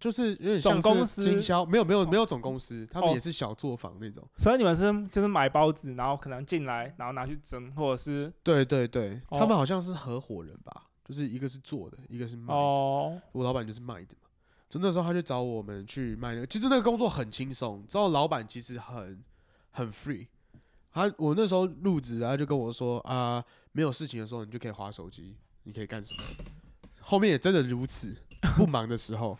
Speaker 2: 就是有点
Speaker 3: 总
Speaker 2: 像
Speaker 3: 公
Speaker 2: 是
Speaker 3: 司
Speaker 2: 经销，没有没有
Speaker 3: 哦
Speaker 2: 没有总公司，他们
Speaker 3: 哦
Speaker 2: 也是小作坊那种。
Speaker 3: 所以你们是就是买包子，然后可能进来，然后拿去蒸，或者是
Speaker 2: 对对对，他
Speaker 3: 哦
Speaker 2: 们好像是合伙人吧，就是一个是做的，一个是卖的。
Speaker 3: 哦，
Speaker 2: 我老板就是卖的嘛。就那时候他就找我们去卖那个，其实那个工作很轻松，知道老板其实很很 free。他我那时候入职，然后就跟我说啊、没有事情的时候你就可以划手机，你可以干什么？后面也真的如此，不忙的时候。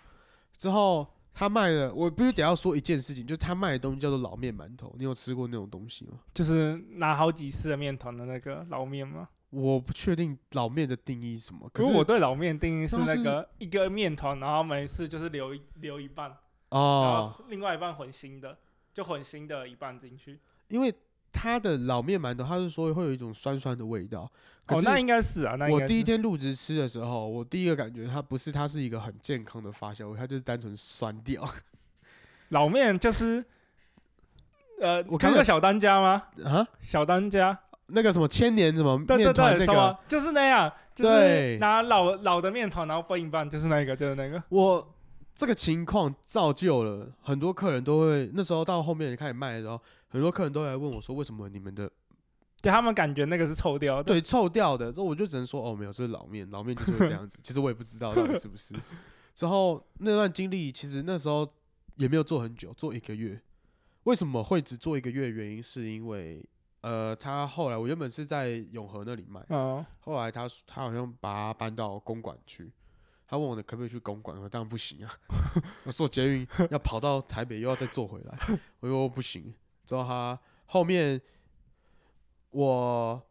Speaker 2: 之后他卖的，我必须得要说一件事情，就是他卖的东西叫做老面馒头，你有吃过那种东西吗？
Speaker 3: 就是拿好几次的面团的那个捞面吗？
Speaker 2: 我不确定老面的定义是什么，可
Speaker 3: 可
Speaker 2: 是
Speaker 3: 是我对老面定义是
Speaker 2: 那
Speaker 3: 那
Speaker 2: 是
Speaker 3: 个一个面团，然后每次就是留一留一半，然
Speaker 2: 哦
Speaker 3: 后，另外一半混新的，就混新的一半进去。
Speaker 2: 因为它的老面馒头，它是说会有一种酸酸的味道。可
Speaker 3: 哦，
Speaker 2: 是
Speaker 3: 那应该是啊，那应
Speaker 2: 我
Speaker 3: 该
Speaker 2: 第一
Speaker 3: 是
Speaker 2: 天入职吃的时候，我第一个感觉它不是它是一个很健康的发酵味，它就是单纯酸掉。
Speaker 3: 老面就是，呃，
Speaker 2: 我看
Speaker 3: 看过
Speaker 2: 了
Speaker 3: 小当家吗？
Speaker 2: 啊，
Speaker 3: 小当家，
Speaker 2: 那个什么千年什么
Speaker 3: 对对
Speaker 2: 面团
Speaker 3: 对，
Speaker 2: 那
Speaker 3: 什
Speaker 2: 个，
Speaker 3: 么就是那样，就是
Speaker 2: 对
Speaker 3: 拿老老的面团，然后分一半，就是那个，就是那个。
Speaker 2: 我这个情况造就了很多客人都会，那时候到后面开始卖的时候，很多客人都来问我说，为什么你们的
Speaker 3: 就他们感觉那个是臭掉的，
Speaker 2: 对臭掉的？之后我就只能说，哦，没有，这是老面，老面就是会这 样子。其实我也不知道到底是不是。之后那段经历，其实那时候也没有做很久，做一个月。为什么会只做一个月？原因是因为，呃，他后来我原本是在永和那里卖，
Speaker 3: 嗯，
Speaker 2: 后来他他好像把它搬到公馆去。他问我可不可以去公馆，我说当然不行啊， 我坐捷运要跑到台北，又要再坐回来， 我说不行。之后他后面我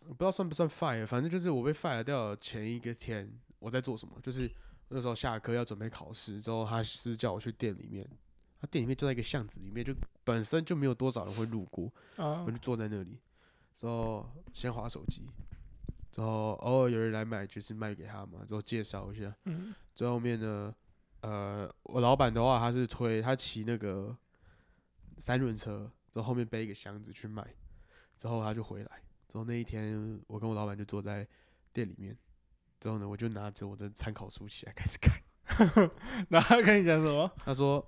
Speaker 2: 我不知道算不算 fire，反正就是我被 fire 掉的前一个天，我在做什么？就是那时候下课要准备考试，之后他是叫我去店里面，他店里面就在一个巷子里面，就本身就没有多少人会路过，我
Speaker 3: 嗯，
Speaker 2: 就坐在那里，之后先划手机，之后偶尔有人来买，就是卖给他嘛，之后介绍一下。
Speaker 3: 嗯，
Speaker 2: 最后面呢，呃，我老板的话，他是推他骑那个三轮车，之后后面背一个箱子去卖，之后他就回来。之后那一天，我跟我老板就坐在店里面，之后呢，我就拿着我的参考书起来开始看。
Speaker 3: 然后跟你讲什么？
Speaker 2: 他说：“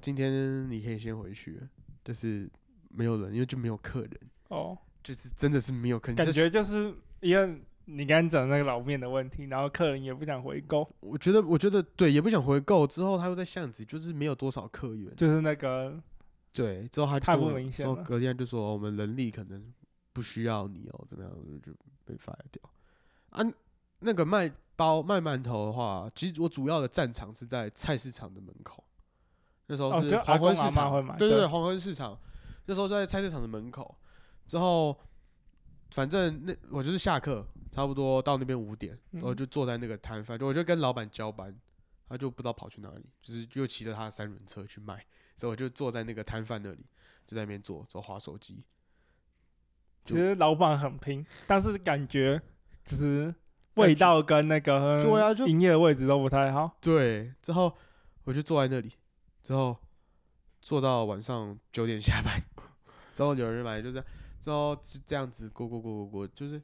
Speaker 2: 今天你可以先回去了，就是没有人，因为就没有客人。”
Speaker 3: 哦，
Speaker 2: 就是真的是没有客人，
Speaker 3: 感
Speaker 2: 就是
Speaker 3: 觉就是因为你刚刚讲那个老面的问题，然后客人也不想回购，
Speaker 2: 我觉得，我觉得对，也不想回购。之后他又在巷子，就是没有多少客源。
Speaker 3: 就是那个
Speaker 2: 对，之后他就
Speaker 3: 太
Speaker 2: 跟
Speaker 3: 不
Speaker 2: 我
Speaker 3: 明显
Speaker 2: 之后
Speaker 3: 了
Speaker 2: 隔天就说、哦我们人力可能不需要你哦，怎么样，我就就被 fire 掉。啊，那个卖包卖馒头的话，其实我主要的战场是在菜市场的门口。那时
Speaker 3: 哦
Speaker 2: 候是
Speaker 3: 跟阿
Speaker 2: 黄昏
Speaker 3: 公
Speaker 2: 市
Speaker 3: 阿嬷
Speaker 2: 场，
Speaker 3: 会买
Speaker 2: 对对
Speaker 3: 对
Speaker 2: 对，黄昏市场。那时候在菜市场的门口，之后反正那我就是下课，差不多到那边五点，然后
Speaker 3: 嗯
Speaker 2: 就坐在那个摊贩，就我就跟老板交班，他就不知道跑去哪里，就是就骑着他的三轮车去卖，所以我就坐在那个摊贩那里，就在那边坐，坐划手机。
Speaker 3: 其实老板很拼，但是感觉就是味道跟那个
Speaker 2: 对啊就
Speaker 3: 营业的位置都不太好。
Speaker 2: 对，之后我就坐在那里，之后坐到晚上九点下班，之后有人来就这样，之后是这样子过过过过过，就是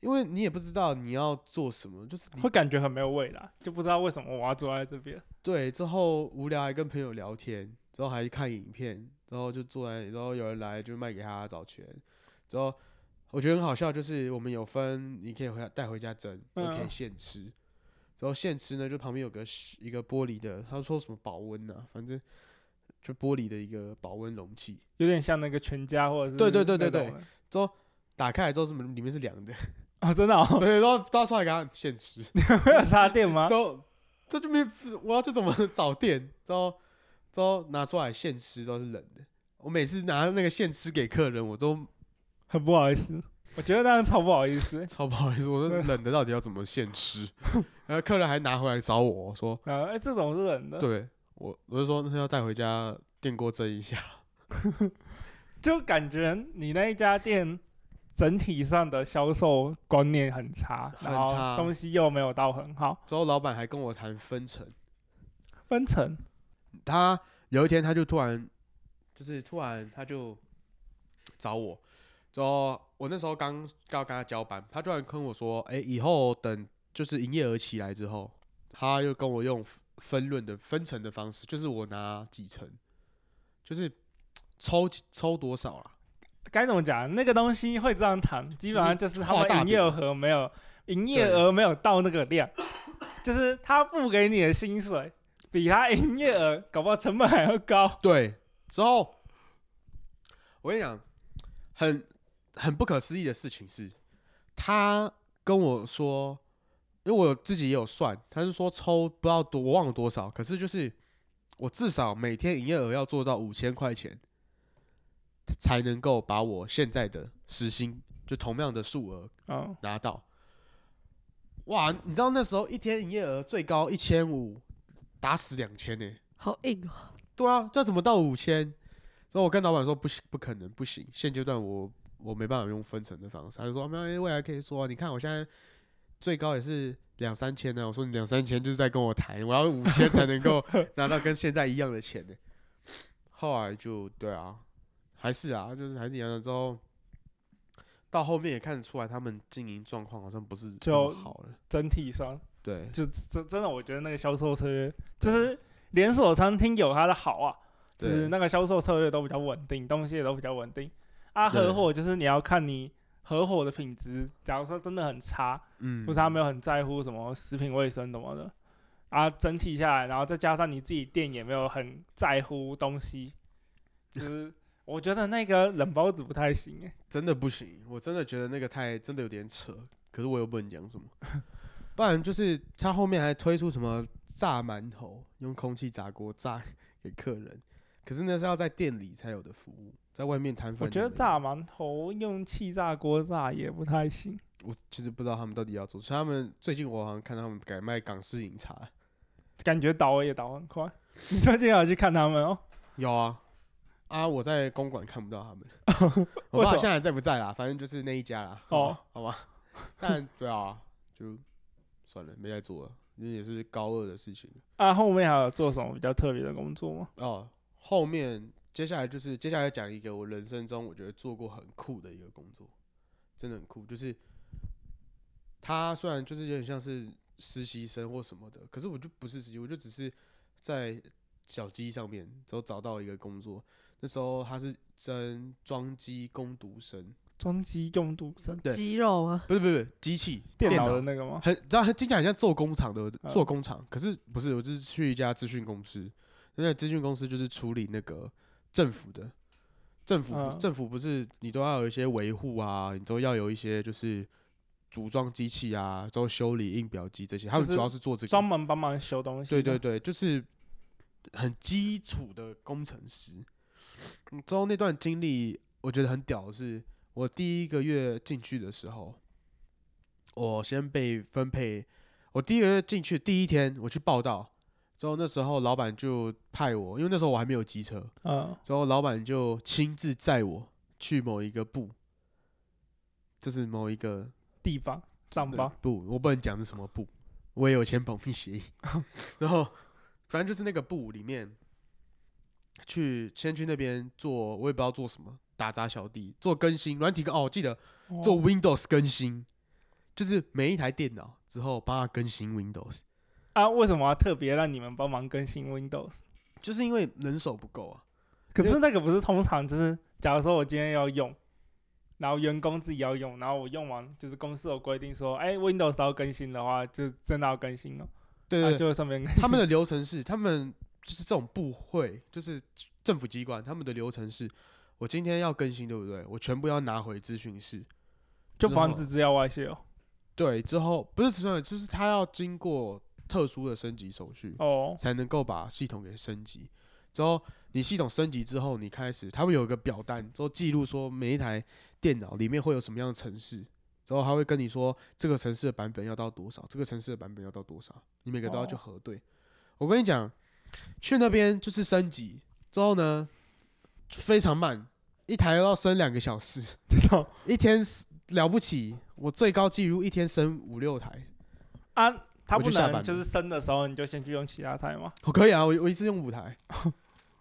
Speaker 2: 因为你也不知道你要做什么，就是你
Speaker 3: 会感觉很没有味啦，就不知道为什么我要坐在这边。
Speaker 2: 对，之后无聊还跟朋友聊天，之后还看影片，之后就坐在那里，之后有人来就卖给他找钱，之后我觉得很好笑，就是我们有分，你可以回家带回家蒸，也可以
Speaker 3: 嗯
Speaker 2: 现吃。之后现吃呢，就旁边有个是一个玻璃的，他说什么保温呐、反正就玻璃的一个保温容器。
Speaker 3: 有点像那个全家或者是
Speaker 2: 对对对对
Speaker 3: 那种
Speaker 2: 对
Speaker 3: 的
Speaker 2: 之后打开来之后，什么里面是凉的，
Speaker 3: 哦，真的哦，
Speaker 2: 对，然后倒出来给他现吃。
Speaker 3: 会有插 电吗
Speaker 2: 之？后这就没我要这怎么找店？ 之后之后拿出来现吃都是冷的。我每次拿那个现吃给客人，我都
Speaker 3: 很不好意思，我觉得那样超不好意思。
Speaker 2: 超不好意思，我说冷的到底要怎么现吃？然后客人还拿回来找我说，
Speaker 3: 然后哎，这种是冷的，
Speaker 2: 对我我就说那要带回家电锅蒸一下。
Speaker 3: 就感觉你那一家店整体上的销售观念很差，
Speaker 2: 很
Speaker 3: 然后
Speaker 2: 差
Speaker 3: 东西又没有到很好，
Speaker 2: 之后老板还跟我谈分成，
Speaker 3: 分成
Speaker 2: 他有一天他就突然就是突然他就找我，之后我那时候刚要跟他交班，他突然跟我说：“哎、以后等就是营业额起来之后，他又跟我用分论的分成的方式，就是我拿几成，就是抽几抽多少啊啦。
Speaker 3: 该怎么讲？那个东西会这样谈，基本上就是他
Speaker 2: 画大
Speaker 3: 们营业
Speaker 2: 饼
Speaker 3: 额没有营业额没有到那个量， 就是他付给你的薪水比他营业额搞不好成本还要高。
Speaker 2: 对，之后我跟你讲，很很不可思议的事情是，他跟我说，因为我自己也有算，他是说抽不知道多，我忘了多少，可是就是我至少每天营业额要做到五千块钱，才能够把我现在的时薪就同样的数额
Speaker 3: 嗯，
Speaker 2: 拿到。哇，你知道那时候一天营业额最高一千五，打死两千呢。
Speaker 1: 好硬哦，
Speaker 2: 对啊，这怎么到五千？然后我跟老板说不行，不可能，不行，现阶段我我没办法用分成的方式。他就说没有，未来可以说、啊，你看我现在最高也是两三千呢、我说你两三千就是在跟我谈，我要五千才能够拿到跟现在一样的钱呢、 后来就对啊，还是啊，就是还是一样的。之后到后面也看得出来，他们经营状况好像不是那么
Speaker 3: 就
Speaker 2: 好了。
Speaker 3: 整体上
Speaker 2: 对，
Speaker 3: 就真真的，我觉得那个销售策略就是连锁餐厅有它的好啊，就
Speaker 2: 对
Speaker 3: 是那个销售策略都比较稳定，东西也都比较稳定。啊，
Speaker 2: 对
Speaker 3: 合伙就是你要看你合伙的品质，假如说真的很差，
Speaker 2: 嗯，
Speaker 3: 或是他没有很在乎什么食品卫生什么的，啊，整体下来，然后再加上你自己店也没有很在乎东西，就是 我觉得那个冷包子不太行哎、
Speaker 2: 真的不行，我真的觉得那个太真的有点扯，可是我又不能讲什么， 不然就是他后面还推出什么炸馒头，用空气炸锅炸给客人，可是那是要在店里才有的服务，在外面摊贩
Speaker 3: 我觉得
Speaker 2: 就没有
Speaker 3: 炸，馒头用气炸锅炸也不太行，
Speaker 2: 我其实不知道他们到底要做，所以他们最近我好像看他们改卖港式饮茶，
Speaker 3: 感觉倒也倒很快。你最近有去看他们哦？
Speaker 2: 有啊啊，我在公馆看不到他们， 我不
Speaker 3: 为
Speaker 2: 知道现
Speaker 3: 什么？哦
Speaker 2: 在还在不在啦，反正就是那一家啦，好吧，好吧，但对啊，就算了，没再做了，因为也是高二的事情。
Speaker 3: 啊，后面还有做什么比较特别的工作吗？
Speaker 2: 哦，后面接下来就是接下来讲一个我人生中我觉得做过很酷的一个工作，真的很酷。就是他虽然就是有点像是实习生或什么的，可是我就不是实习，我就只是在小鸡上面之后找到一个工作。那时候他是真装机工读生，
Speaker 3: 装机用毒生
Speaker 2: 对
Speaker 1: 肌肉啊，
Speaker 2: 不是不是不是机器
Speaker 3: 电脑
Speaker 2: 脑
Speaker 3: 的那个吗？
Speaker 2: 很，知道听起来很像做工厂的，
Speaker 3: 嗯
Speaker 2: 做工厂。可是不是，我就是去一家资讯公司，那资讯公司就是处理那个政府的，政府不、
Speaker 3: 嗯
Speaker 2: 政府不是你都要有一些维护啊，你都要有一些就是组装机器啊，之后修理印表机这些，他们
Speaker 3: 就是
Speaker 2: 主要是做这个。
Speaker 3: 专门帮忙修东西。
Speaker 2: 对对，对，就是很基础的工程师。嗯之后那段经历，我觉得很屌的是，我第一个月进去的时候，我先被分配，我第一个月进去第一天我去报道，之后那时候老板就派我，因为那时候我还没有机车，
Speaker 3: 嗯，
Speaker 2: 之后老板就亲自载我去某一个部，就是某一个
Speaker 3: 地方上班，
Speaker 2: 不，我不能讲是什么部，我也有签保密协议。然后反正就是那个部里面，去先去那边做，我也不知道做什么，打杂小弟，做更新软体更哦，我记得做
Speaker 3: 哦
Speaker 2: Windows 更新，就是每一台电脑之后帮他更新 Windows，
Speaker 3: 啊？为什么要特别让你们帮忙更新 Windows？
Speaker 2: 就是因为人手不够啊。
Speaker 3: 可是那个不是通常就是，假如说我今天要用，然后员工自己要用，然后我用完就是公司有规定说，哎，Windows 要更新的话，就真的要更新了，
Speaker 2: 对
Speaker 3: 那
Speaker 2: 对对，
Speaker 3: 就顺便更
Speaker 2: 啊他们的流程是，他们就是这种部会，就是政府机关，他们的流程是，我今天要更新，对不对？我全部要拿回咨询室，
Speaker 3: 就
Speaker 2: 之
Speaker 3: 防
Speaker 2: 后
Speaker 3: 止资料外泄哦。
Speaker 2: 对，之后不是只有，就是他要经过特殊的升级手续，
Speaker 3: 哦，
Speaker 2: 才能够把系统给升级。之后你系统升级之后，你开始他会有一个表单，之后记录说每一台电脑里面会有什么样的城市，之后他会跟你说这个城市的版本要到多少，这个城市的版本要到多少，你每个都要去
Speaker 3: 哦
Speaker 2: 核对。我跟你讲，去那边就是升级之后呢，非常慢，一台要升两个小时。
Speaker 3: 知道
Speaker 2: 一天是了不起，我最高记录一天升五六台，
Speaker 3: 啊，他
Speaker 2: 我
Speaker 3: 不
Speaker 2: 就下班
Speaker 3: 能
Speaker 2: 了
Speaker 3: 就是升的时候你就先去用其他台吗？
Speaker 2: 我可以啊，我我一次用五台，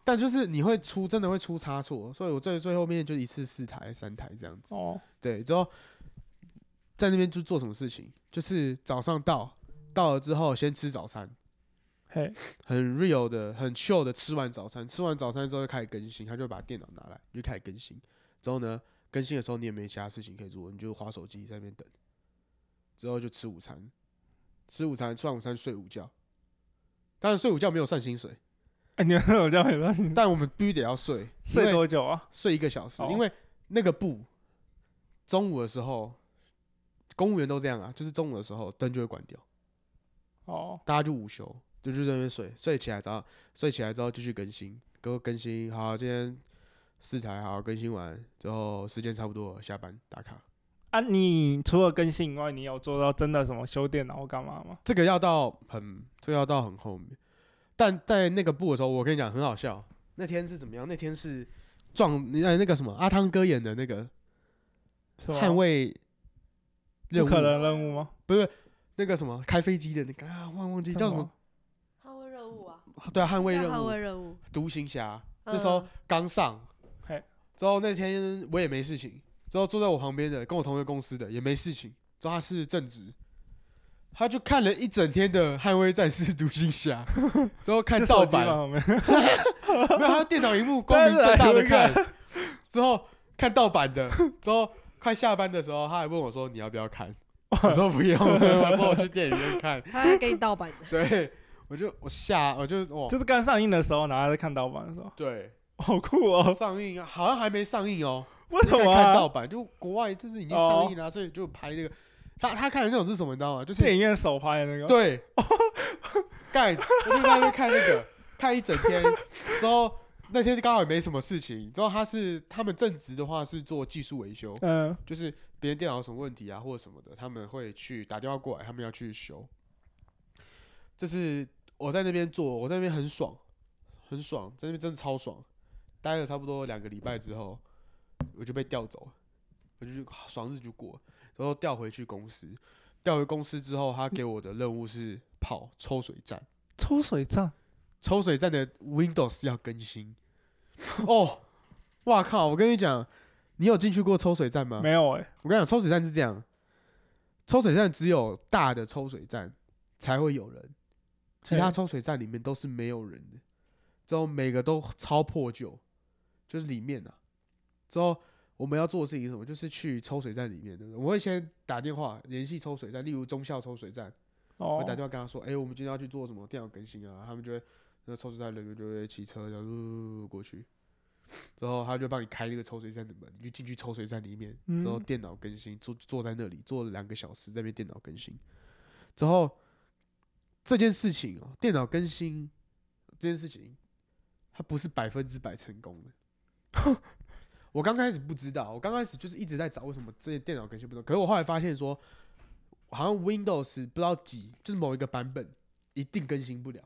Speaker 2: 但就是你会出真的会出差错，所以我最最后面就一次四台三台这样子。
Speaker 3: 哦，
Speaker 2: 对，之后在那边就做什么事情，就是早上到，到了之后先吃早餐，
Speaker 3: 嘿，
Speaker 2: 很 real 的、很 chill 的吃完早餐，吃完早餐之后就开始更新，他就把电脑拿来就开始更新。之后呢，更新的时候你也没其他事情可以做，你就划手机在那边等。之后就吃午餐，吃午餐，吃完午餐睡午觉。当然睡午觉没有算薪水，
Speaker 3: 哎，你们我叫很多
Speaker 2: 但我们必须得要睡，
Speaker 3: 睡
Speaker 2: 因为
Speaker 3: 多久啊？
Speaker 2: 睡一个小时，
Speaker 3: 哦
Speaker 2: 因为那个部中午的时候，公务员都这样啊，就是中午的时候灯就会关掉。
Speaker 3: 哦，
Speaker 2: 大家就午休，就就在那边睡，睡起来早上睡起来之后继续更新，给我更新好，今天四台好更新完之后时间差不多了，下班打卡。
Speaker 3: 啊，你除了更新以外，你有做到真的什么修电脑或干嘛吗？
Speaker 2: 这个要到很，这个要到很后面。但在那个部的时候，我跟你讲很好笑。那天是怎么样？那天是撞你那那个什么阿汤哥演的那个
Speaker 3: 是吗
Speaker 2: 捍卫任
Speaker 3: 啊不
Speaker 2: 务，
Speaker 3: 可能任务吗？
Speaker 2: 那个什么开飞机的那个啊，忘忘记
Speaker 3: 什
Speaker 2: 叫什
Speaker 3: 么
Speaker 2: 么？
Speaker 1: 捍卫任务啊，
Speaker 2: 对、啊，捍卫
Speaker 1: 叫
Speaker 2: 任
Speaker 1: 捍
Speaker 2: 务
Speaker 1: 卫，任务。
Speaker 2: 独行侠。那时候
Speaker 1: 嗯
Speaker 2: 刚上
Speaker 3: 嘿，
Speaker 2: 之后那天我也没事情，之后坐在我旁边的跟我同一个公司的也没事情，之后他是正职，他就看了一整天的《捍卫战士：独行 侠》，之后看
Speaker 3: 就
Speaker 2: 盗
Speaker 3: 手机
Speaker 2: 版，哦
Speaker 3: 吗我们
Speaker 2: 没有，他电脑荧幕光明正大的看，之后看盗版的，之后快下班的时候他还问我说你要不要看，我说不用，我说我去电影院看，，
Speaker 1: 他还给你盗版的
Speaker 2: 对我就我吓我就哇
Speaker 3: 就是刚上映的时候，然后在看盗版的时候，
Speaker 2: 对
Speaker 3: 好 酷哦！
Speaker 2: 上映啊好像还没上映哦。
Speaker 3: 为
Speaker 2: 你
Speaker 3: 什
Speaker 2: 可以
Speaker 3: 么
Speaker 2: 看
Speaker 3: 啊
Speaker 2: 盗？版，就国外就是已经上映了啊、所以就拍那个。他他看的那种是什么，你知道吗？就是
Speaker 3: 电影院首拍的那个，
Speaker 2: 对，哦 干，我就在那边看那个， 看一整天。之后那天刚好也没什么事情。之后他是他们正职的话是做技术维修，
Speaker 3: 嗯，
Speaker 2: 就是别人电脑有什么问题啊或者什么的，他们会去打电话过来，他们要去修。就是我在那边做，我在那边很爽，很爽，在那边真的超爽。待了差不多两个礼拜之后，我就被调走了，我就爽日就过了，然后调回去公司。调回公司之后，他给我的任务是跑抽水站。
Speaker 3: 抽水站，
Speaker 2: 抽水站的 Windows 要更新。哦，哇靠！我跟你讲，你有进去过抽水站吗？
Speaker 3: 没有哎，
Speaker 2: 我跟你讲，抽水站是这样，抽水站只有大的抽水站才会有人，其他
Speaker 3: 嘿
Speaker 2: 抽水站里面都是没有人的。之后每个都超破旧，就是里面啊。之后我们要做的事情是什么？就是去抽水站里面的，我会先打电话联系抽水站，例如中校抽水站。我
Speaker 3: 哦
Speaker 2: 打，电话跟他说，哎、我们今天要去做什么电脑更新啊？他们就会那抽水站人员就会骑车然后过去，之后他就帮你开那个抽水站的门，你就进去抽水站里面，之后
Speaker 3: 嗯
Speaker 2: 电脑更新，坐坐在那里坐了两个小时，在那边电脑更新，之后这件事情哦、电脑更新这件事情，它不是百分之百成功的。我刚开始不知道，我刚开始就是一直在找为什么这些电脑更新不能，可是我后来发现说，好像 Windows 不知道几，就是某一个版本一定更新不了，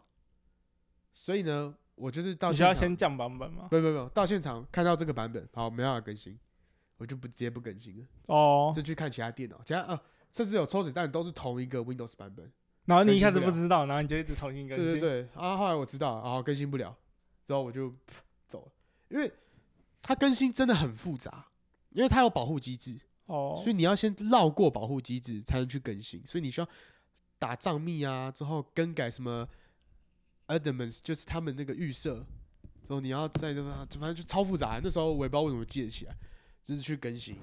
Speaker 2: 所以呢，我就是到
Speaker 3: 你需
Speaker 2: 现
Speaker 3: 要
Speaker 2: 场
Speaker 3: 先，降版本吗？
Speaker 2: 不不不，到现场看到这个版本，好，没办法更新，我就不直接不更新了，
Speaker 3: 哦，
Speaker 2: 就去看其他电脑，其他呃，甚至有抽纸弹都是同一个 Windows 版本。
Speaker 3: 然后你一下子
Speaker 2: 更新
Speaker 3: 不
Speaker 2: 不了
Speaker 3: 知道，然后你就一直重新更
Speaker 2: 对对
Speaker 3: 新。
Speaker 2: 对，啊，后来我知道，然后更新不了，之后我就走了，因为它更新真的很复杂，因为它有保护机制，
Speaker 3: 哦
Speaker 2: 所以，你要先绕过保护机制才能去更新，所以你需要打账密啊，之后更改什么 elements，就是他们那个预设，之后你要在那边，反正就超复杂。那时候我也不知道为什么记得起来，就是去更新，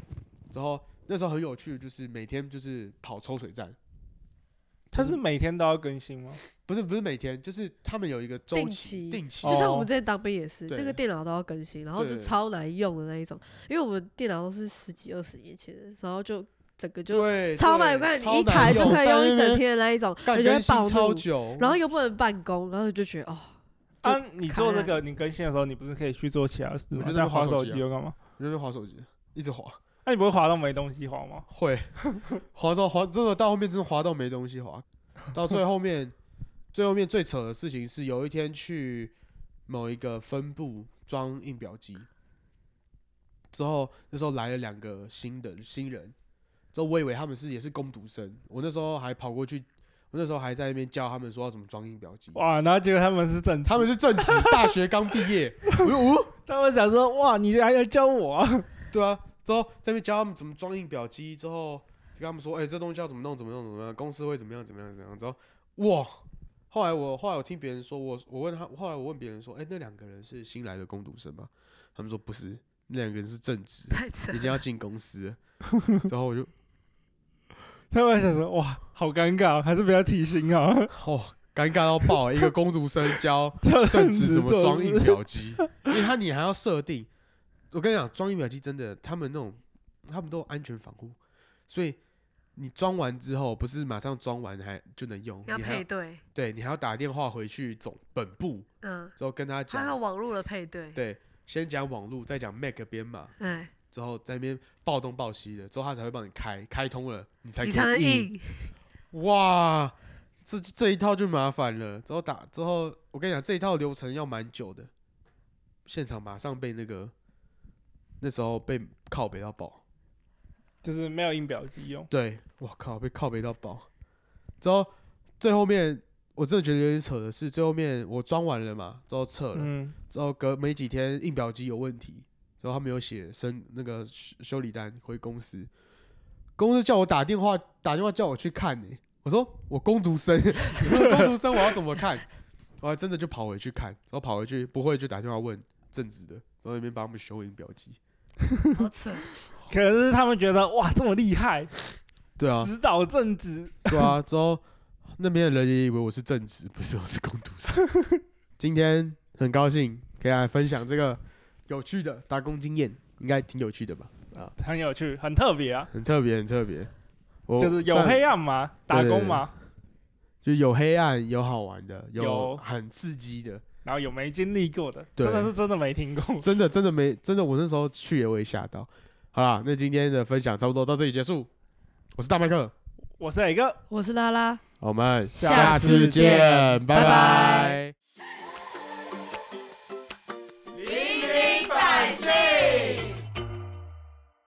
Speaker 2: 之后那时候很有趣，就是每天就是跑抽水站，
Speaker 3: 它是每天都要更新吗？
Speaker 2: 不是不是每天，就是他们有一个周
Speaker 1: 定
Speaker 2: 期
Speaker 1: 期
Speaker 2: 定期
Speaker 1: 就像我
Speaker 3: 哦
Speaker 1: 们之前当兵也是，那
Speaker 2: 对
Speaker 1: 个电脑都要更新，然后就
Speaker 2: 对
Speaker 1: 超难用的那一种，因为我们电脑都是十几二十年前的，然后就整个就
Speaker 2: 对，
Speaker 1: 超
Speaker 2: 对
Speaker 1: 难，我看你
Speaker 2: 超
Speaker 1: 一
Speaker 2: 难
Speaker 1: 台就可以
Speaker 2: 在
Speaker 1: 用
Speaker 2: 那
Speaker 1: 一整
Speaker 2: 边
Speaker 1: 天的那一种，我
Speaker 2: 干
Speaker 1: 觉
Speaker 2: 更
Speaker 1: 得
Speaker 2: 新
Speaker 1: 暴
Speaker 2: 超
Speaker 1: 怒，
Speaker 2: 久，
Speaker 1: 然后又不能办公，然后就觉得哦，就
Speaker 3: 啊，你做这
Speaker 1: 看
Speaker 3: 个，你更新的时候，你不是可以去做其他事
Speaker 2: 我
Speaker 3: 吗
Speaker 2: 就？在
Speaker 3: 在
Speaker 2: 那滑
Speaker 3: 划
Speaker 2: 手
Speaker 3: 手
Speaker 2: 机啊
Speaker 3: 机又干嘛？
Speaker 2: 我就在那边滑手机，一直滑。
Speaker 3: 那你不会滑到没东西滑吗？
Speaker 2: 会 滑到滑，真的到后面真的滑到没东西滑，到最后面，最后面最扯的事情是有一天去某一个分部装印表机，之后那时候来了两个新的新人，之后我以为他们是也是工读生，我那时候还跑过去，我那时候还在那边教他们说要怎么装印表机，
Speaker 3: 哇，然后结果他们是正
Speaker 2: 他们是正职，大学刚毕业， 我就哦呜。
Speaker 3: 他们想说，哇，你还要教我啊？
Speaker 2: 对啊，之后在那边教他们怎么装印表机，之后就跟他们说，哎、这东西要怎么弄，怎么弄，怎么样，公司会怎么样，怎么样，怎么样。之后，哇！后来我后来我听别人说，我我问他，后来我问别人说，哎、那两个人是新来的工读生吗？他们说不是，那两个人是正职，
Speaker 1: 太扯
Speaker 2: 已经要进公司了。之后我就，
Speaker 3: 他们想说，哇，好尴尬，还是不要提醒啊。
Speaker 2: 哦，尴尬到爆，一个工读生教
Speaker 3: 这
Speaker 2: 正
Speaker 3: 样
Speaker 2: 职
Speaker 3: 子
Speaker 2: 怎么
Speaker 3: 做
Speaker 2: 装
Speaker 3: 是
Speaker 2: 印
Speaker 3: 不是
Speaker 2: 表机，因为他你还要设定。我跟你讲，装印表机真的，他们那种他们都有安全防护，所以你装完之后，不是马上装完还就能用，
Speaker 1: 要
Speaker 2: 你还
Speaker 1: 配
Speaker 2: 要
Speaker 1: 对，
Speaker 2: 对你还要打电话回去总本部，
Speaker 1: 嗯，
Speaker 2: 之后跟他
Speaker 1: 还有
Speaker 2: 讲，
Speaker 1: 网络的配对，
Speaker 2: 对，先讲网路，再讲 Mac 编码，
Speaker 1: 哎，
Speaker 2: 之后在那边报东报西的，之后他才会帮你开，开通了你才
Speaker 1: 你才
Speaker 2: 可
Speaker 1: 能
Speaker 2: 以印。
Speaker 1: 硬，
Speaker 2: 哇，这这一套就麻烦了。之后打之后，我跟你讲，这一套流程要蛮久的。现场马上被那个，那时候被靠北到爆。
Speaker 3: 就是没有印表机用。
Speaker 2: 对，我靠，被靠北到爆。之后最后面，我真的觉得有点扯的是，最后面我装完了嘛，之后撤了，
Speaker 3: 嗯，
Speaker 2: 之后隔没几天印表机有问题，之后他们有写申那个修修理单回公司，公司叫我打电话打电话叫我去看呢、我说我工读生，我工读生我要怎么看？ 我还真的就跑回去看，然后跑回去不会就打电话问正职的，然后那边帮他们修印表机。
Speaker 1: 好扯，
Speaker 3: 可是他们觉得，哇，这么厉害，
Speaker 2: 对啊，
Speaker 3: 指导正直。
Speaker 2: 对啊，之后那边的人也以为我是正职，不是我是工读生。 今天很高兴可以来分享这个有趣的打工经验，应该挺有趣的吧？
Speaker 3: 很有趣，很特别啊，
Speaker 2: 很特别，很特别。我
Speaker 3: 就是有
Speaker 2: 算
Speaker 3: 黑暗嘛，打
Speaker 2: 对对
Speaker 3: 工
Speaker 2: 对
Speaker 3: 嘛，
Speaker 2: 就有黑暗，有好玩的，有
Speaker 3: 有
Speaker 2: 很刺激的。
Speaker 3: 然后有没经历过的，
Speaker 2: 对
Speaker 3: 真的是真的没听过。
Speaker 2: 真的，真的没，真的，我那时候去也会吓到。好啦，那今天的分享差不多到这里结束。我是大麦克，
Speaker 3: 我是磊哥，
Speaker 1: 我是拉拉。
Speaker 2: 我们
Speaker 3: 下次见
Speaker 2: 拜
Speaker 1: 拜
Speaker 2: 拜
Speaker 1: 拜